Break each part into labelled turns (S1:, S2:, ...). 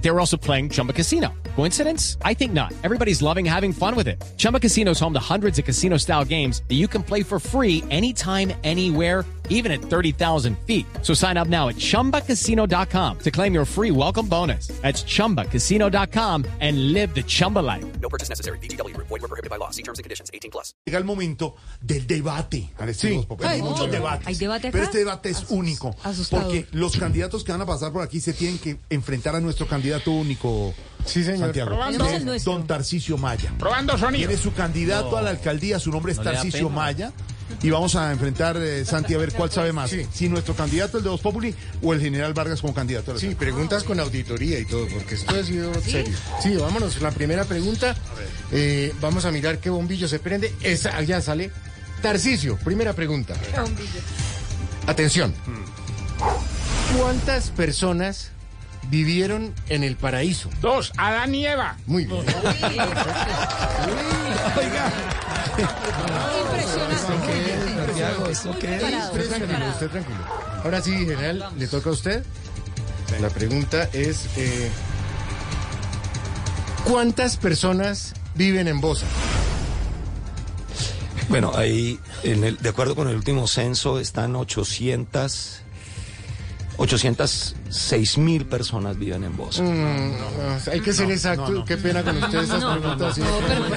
S1: They were also playing Chumba Casino. Coincidence? I think not. Everybody's loving having fun with it. Chumba Casino is home to hundreds of casino style games that you can play for free anytime, anywhere even at 30,000 feet. So sign up now at ChumbaCasino.com to claim your free welcome bonus. That's ChumbaCasino.com and live the Chumba life.
S2: No purchase necessary. BGW. Void were prohibited by law. See terms and conditions. 18 plus.
S3: llega el momento del debate.
S4: Alexis,
S3: Sí,
S4: porque
S3: hay
S4: hay
S3: muchos
S4: debate.
S3: debates.
S5: ¿Hay debate acá?
S3: pero este debate es
S5: Asus-
S3: único.
S5: asustador.
S3: Porque los candidatos que van a pasar por aquí se tienen que enfrentar a nuestro candidato único.
S4: Sí, señor.
S3: Santiago.
S4: Probando.
S5: Tenemos el nuestro.
S3: Don Tarcicio Maya.
S4: Probando sonido.
S3: Tiene su candidato a la alcaldía, su nombre es Tarcicio Maya. Y vamos a enfrentar, eh, Santi, a ver cuál sabe más. Si nuestro candidato, el de Dos Populi, o el general Vargas como candidato. a la
S4: Sí, preguntas con auditoría y todo, porque esto ha sido serio. Sí, vámonos. La primera pregunta. eh, vamos a mirar qué bombillo se prende. Esa, allá sale. Tarcicio, primera pregunta. Atención. ¿Cuántas personas vivieron en el paraíso?
S6: Dos, Adán y Eva.
S4: Muy bien.
S5: Impresionante.
S4: Usted tranquilo, usted tranquilo. Ahora sí, general, le toca a usted. La pregunta es, eh, ¿cuántas personas viven en Bosa?
S7: Bueno, ahí, en el- de acuerdo con el último censo, están 800, 806 mil personas viven en Bosa.
S4: Ah, hay que ser exacto, qué pena con ustedes estas preguntas. así.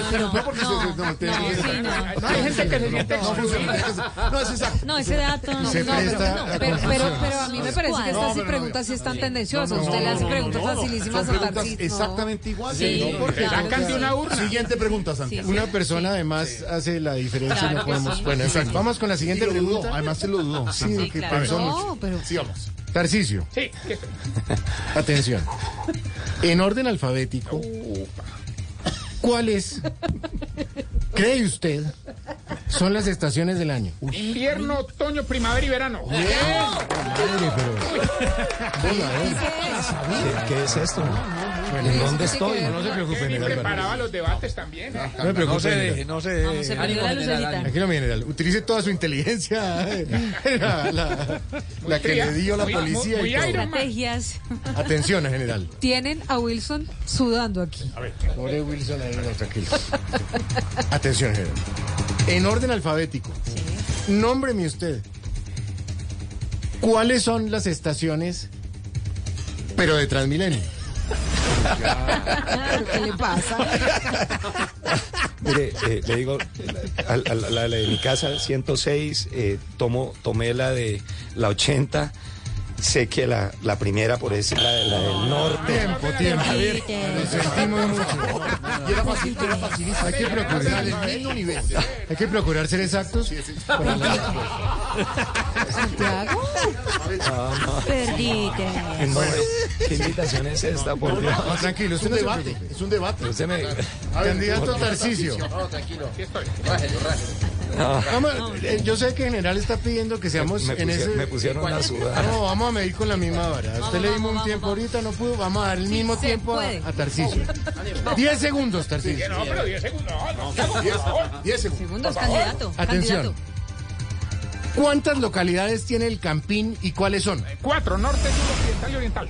S5: pero no,
S3: porque se- no, te-
S5: no,
S6: No, hay gente que se siente excluida.
S3: alcaldía. No, es exacto.
S5: no, ese dato no.
S4: Se
S5: No,
S4: presta
S5: pero- no,
S4: a
S5: pero, pero,
S4: confusiones.
S5: pero a mí me parece que
S3: No,
S5: estas
S3: pero no,
S5: preguntas sí están tendenciosas. Usted le hace preguntas facilísimas
S3: Son
S5: a
S3: preguntas
S5: Tarcís.
S3: exactamente iguales.
S5: Sí,
S3: No, porque-
S5: claro.
S6: Sacan de una urna.
S3: Siguiente pregunta, Santiago.
S4: Una persona además hace la diferencia, no podemos. Bueno, en fin, vamos con la siguiente
S3: lo dudó,
S4: pregunta.
S3: además se lo dudó.
S4: Sí, que pensó mucho.
S5: No, pero
S3: Sigamos.
S4: Tarcisio,
S6: Sí, que-
S4: atención. En orden alfabético, ¿cuál es, cree usted, son las estaciones del año?
S6: invierno, otoño, primavera y verano. Eh,
S5: Ah,
S7: ¿Qué, qué es esto? ¿En dónde estoy?
S4: No se
S5: Ah,
S4: preocupen,
S6: Ni
S4: general.
S6: preparaba los debates también. ¿eh?
S4: No me preocupe, general.
S5: no, se perdió la lucerita.
S4: Tranquilo, mi general. Utilice toda su inteligencia, eh. la, la- la que
S6: Tría,
S4: le dio la
S6: muy-
S4: policía.
S6: muy-
S4: y
S6: muy
S4: todo.
S6: Iron Man.
S5: Estrategias.
S4: Atención, general.
S5: Tienen a Wilson sudando aquí.
S4: Pobre Wilson, ahí, no, tranquilo. Atención, general. En orden alfabético, nómbreme usted. ¿Cuáles son las estaciones, pero de Transmilenio?
S5: ¿Qué le pasa?
S7: Mire, eh, le digo, a, a- a- la, la de mi casa, 106, eh, tomo, tomé la de la 80, sé que la, la primera por es la, de- la del norte.
S4: Tiempo, tiempo. Lo sentimos mucho.
S3: Y era fácil, era fácil.
S4: Hay que procurar,
S3: Del mismo nivel.
S4: hay que procurar ser exactos. para la-
S5: ¿Santiago? Perdite.
S7: No, ¿Qué invitación es esta? Por Dios.
S4: No, tranquilo,
S3: Es
S4: usted
S3: un
S4: no se
S3: debate,
S4: preocupe.
S3: es un debate.
S7: Usted me-
S4: Candidato Tarcisio. Vamos, eh, yo sé que general está pidiendo que seamos
S7: me,
S4: en
S7: pusie-
S4: ese.
S7: me pusieron a sudar.
S4: No, vamos a medir con la misma vara. A usted le dimos un tiempo ahorita, no pudo. Vamos a dar el mismo
S5: se
S4: tiempo a,
S5: puede.
S4: a Tarcisio. 10 segundos,
S6: Que
S4: Tarcisio.
S6: No, pero 10 segundos. No, no, por favor.
S3: Diez segundos.
S5: Segundos, candidato.
S4: Atención.
S5: Candidato.
S4: ¿Cuántas localidades tiene el Campín y cuáles son?
S6: Cuatro, norte, sur, occidental y oriental.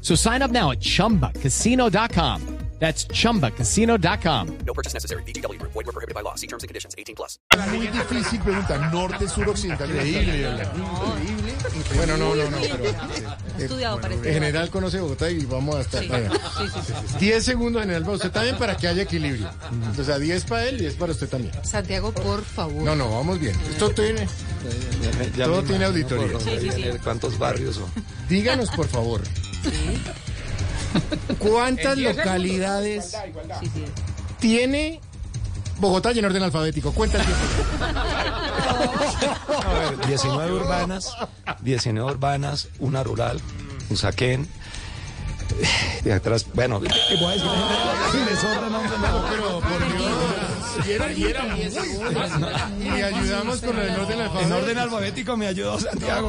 S1: So sign up now at chumbacasino.com. That's chumbacasino.com.
S2: No purchase necessary. BGW. Void were prohibited by law. See terms and conditions. 18 plus.
S3: Muy difícil pregunta. Norte, sur, occidental.
S4: Increíble. Bueno, no, no, no.
S5: Estudiado para
S4: En
S5: este debate.
S4: general conoce Bogotá y vamos a estar.
S5: Sí,
S4: allá.
S5: sí, sí, sí.
S4: 10 segundos, general, para usted también para que haya equilibrio. O sea, 10 para él y 10 para usted también.
S5: Santiago, por favor.
S4: No, no, vamos bien. Esto tiene.
S7: Ya
S4: Todo
S7: me
S4: tiene
S7: imagino
S4: auditoría.
S7: por dónde viene, ¿Cuántos barrios son?
S4: Díganos, por favor. ¿Cuántas
S6: En diez segundos.
S4: localidades
S6: Igualdad, igualdad.
S5: Sí, sí.
S4: tiene Bogotá y en orden alfabético. Cuenta el tiempo.
S7: A ver, 19 urbanas, 19 urbanas, una rural, un saquén. De atrás, bueno, voy a decir, me sobra nombre, no.
S4: Pero, por Dios. Y era, y era muy. Y ayudamos con el orden alfabético.
S7: En orden alfabético me ayudó Santiago,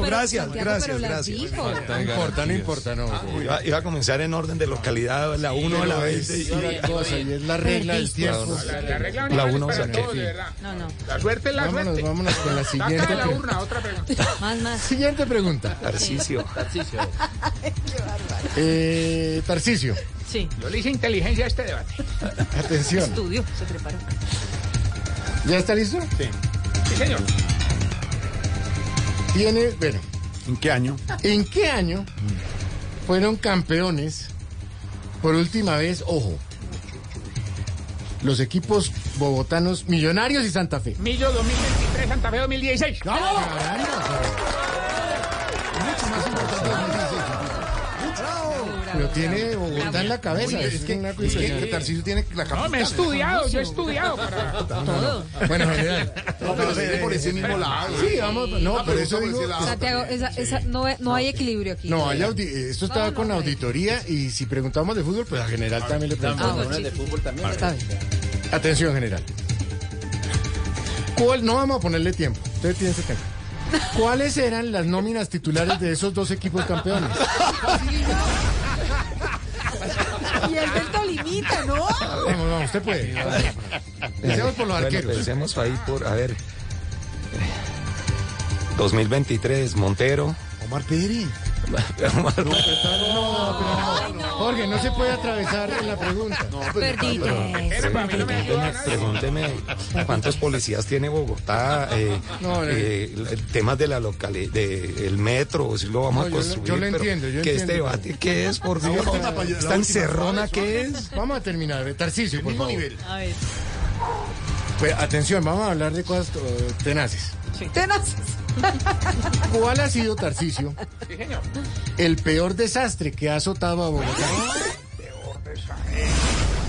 S5: pero
S7: gracias,
S5: Santiago,
S7: gracias,
S5: pero las
S7: gracias.
S5: dijo.
S4: No Ah, importa, no importa, no.
S7: Iba, iba a comenzar en orden de localidad, la 1 a la 20
S4: es
S7: y
S4: la cosa, y es la regla del tiempo.
S6: La, la regla
S7: La
S6: universal
S7: uno,
S6: para
S7: o sea, que-
S6: todos, de verdad.
S5: No, no.
S6: La suerte es la
S4: Vámonos,
S6: suerte.
S4: vámonos con la
S6: Saca
S4: siguiente.
S6: de la
S4: pregunta.
S6: urna, otra pregunta.
S5: Más, más.
S4: Siguiente pregunta.
S7: Tarcicio.
S4: Eh, Tarcicio,
S5: Sí.
S6: Yo le hice inteligencia a este debate.
S4: atención.
S5: Estudio, se preparó.
S4: ¿Ya está listo?
S6: Sí, señor.
S4: Tiene, bueno,
S3: ¿En qué año?
S4: ¿en qué año fueron campeones por última vez? Ojo. Los equipos bogotanos Millonarios y Santa Fe.
S6: Millo 2023, Santa Fe 2016.
S4: Caramba, pero- Mucho más importante que el 16. Pero tiene Bogotá en la cabeza.
S3: Oye, es
S4: es
S3: que,
S4: una
S3: es que
S4: cosa-
S3: Tarcisio tiene la capacidad.
S6: No, me he estudiado, yo he estudiado. para-
S5: Todo.
S4: Bueno, general.
S3: No, pero se ve por ese mismo lado.
S4: Sí, vamos. No,
S3: Ah,
S4: por
S3: pero
S4: eso
S3: por ese
S4: digo-
S3: lado.
S5: Santiago, esa, esa, no, no hay equilibrio aquí.
S4: No, hay audi- esto estaba
S5: No, no,
S4: con
S5: no hay.
S4: auditoría y si preguntamos de fútbol, pues a general también le
S5: Ah,
S4: preguntamos.
S5: bueno, de fútbol también. Está bien.
S4: Atención, general. ¿Cuál, no vamos a ponerle tiempo. Ustedes tienen ese tiempo. ¿Cuáles eran las nóminas titulares de esos dos equipos campeones?
S5: Y el del Tolimita, ¿no?
S4: Vamos, vamos, usted puede. Empecemos por los
S7: Bueno,
S4: arqueros.
S7: Pensemos ahí por, a ver. 2023, Montero.
S3: Omar Pedri.
S4: Jorge, no se puede atravesar en la pregunta.
S5: Perdite.
S6: Pero para mí no me ayuda
S7: Pregúnteme,
S6: nada.
S7: pregúnteme cuántos policías tiene Bogotá, eh,
S4: No, no.
S7: eh, temas de la localidad, del metro, si lo vamos
S4: No,
S7: a
S4: yo lo- yo
S7: construir.
S4: lo
S7: pero
S4: entiendo, yo
S7: que este
S4: entiendo.
S7: debate, ¿qué es, por Dios?
S3: última pa- la
S7: ¿Esta
S3: última
S7: encerrona qué es?
S4: Vamos a terminar. eh, Tarcisio, por
S3: Mismo
S4: favor.
S3: nivel.
S5: A ver.
S4: Pues, atención, vamos a hablar de cosas eh, tenaces.
S5: Tenaces.
S4: ¿Cuál ha sido, Tarcisio,
S6: Sí, señor.
S4: el peor desastre que ha azotado a
S3: Ah,
S4: Bogotá?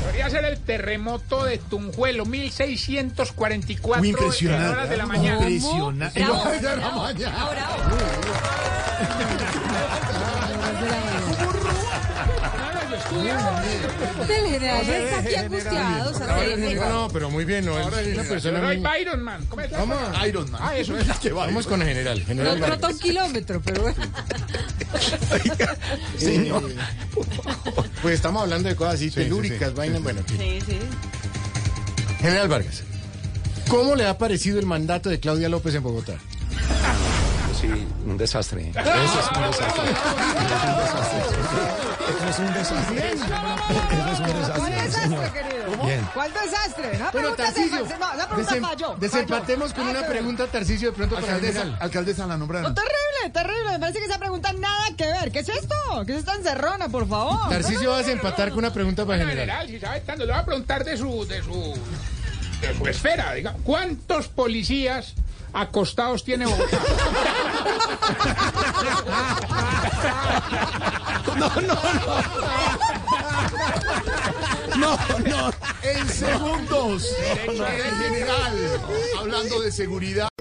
S6: Podría ser el terremoto de Tunjuelo, 1644.
S3: Muy
S6: en horas de
S3: impresionante.
S6: la mañana.
S3: Impresionante. En
S5: Bravo,
S3: horas de la
S5: bravo,
S3: mañana.
S5: bravo, bravo.
S6: Claro, yo he estudiado.
S5: El general está aquí angustiado, Santiago.
S4: No, pero muy bien, no, es una
S6: Yo
S4: persona
S6: soy
S4: muy-
S6: Byron, man. ¿Cómo es la
S4: Vamos, a-
S3: Iron Man.
S6: Ah, eso es.
S3: Que va.
S4: vamos con el general.
S5: No
S4: general
S5: trota
S4: Vargas.
S5: un kilómetro, pero bueno.
S7: Señor.
S4: Pues estamos hablando de cosas así, telúricas,
S3: sí,
S4: vainas, bueno. en fin.
S5: Sí, sí.
S4: General Vargas, ¿cómo le ha parecido el mandato de Claudia López en Bogotá?
S7: Sí, un desastre. Eso es un desastre. Eso es un desastre. Eso es un desastre, señor. Bien.
S8: ¿Cuál desastre? No,
S4: Bueno,
S8: pregunta
S4: Tarcicio,
S8: se- no, esa pregunta
S4: desem-
S8: falló,
S4: desempatemos
S8: falló.
S4: con
S8: Ah,
S4: una
S8: pero-
S4: pregunta, Tarcicio, de pronto para el
S3: Alcaldesa,
S4: general.
S3: alcaldesa la nombraron.
S8: No, terrible, terrible. Me parece que esa pregunta nada que ver. ¿Qué es esto? ¿Qué es esta encerrona, por favor?
S4: Tarcicio va a desempatar con una pregunta para el general.
S6: general, si sabe tanto, le voy a preguntar de su, de su, de su esfera. Diga, ¿cuántos policías acostados tiene Bogotá?
S3: En segundos. El general. Hablando de seguridad.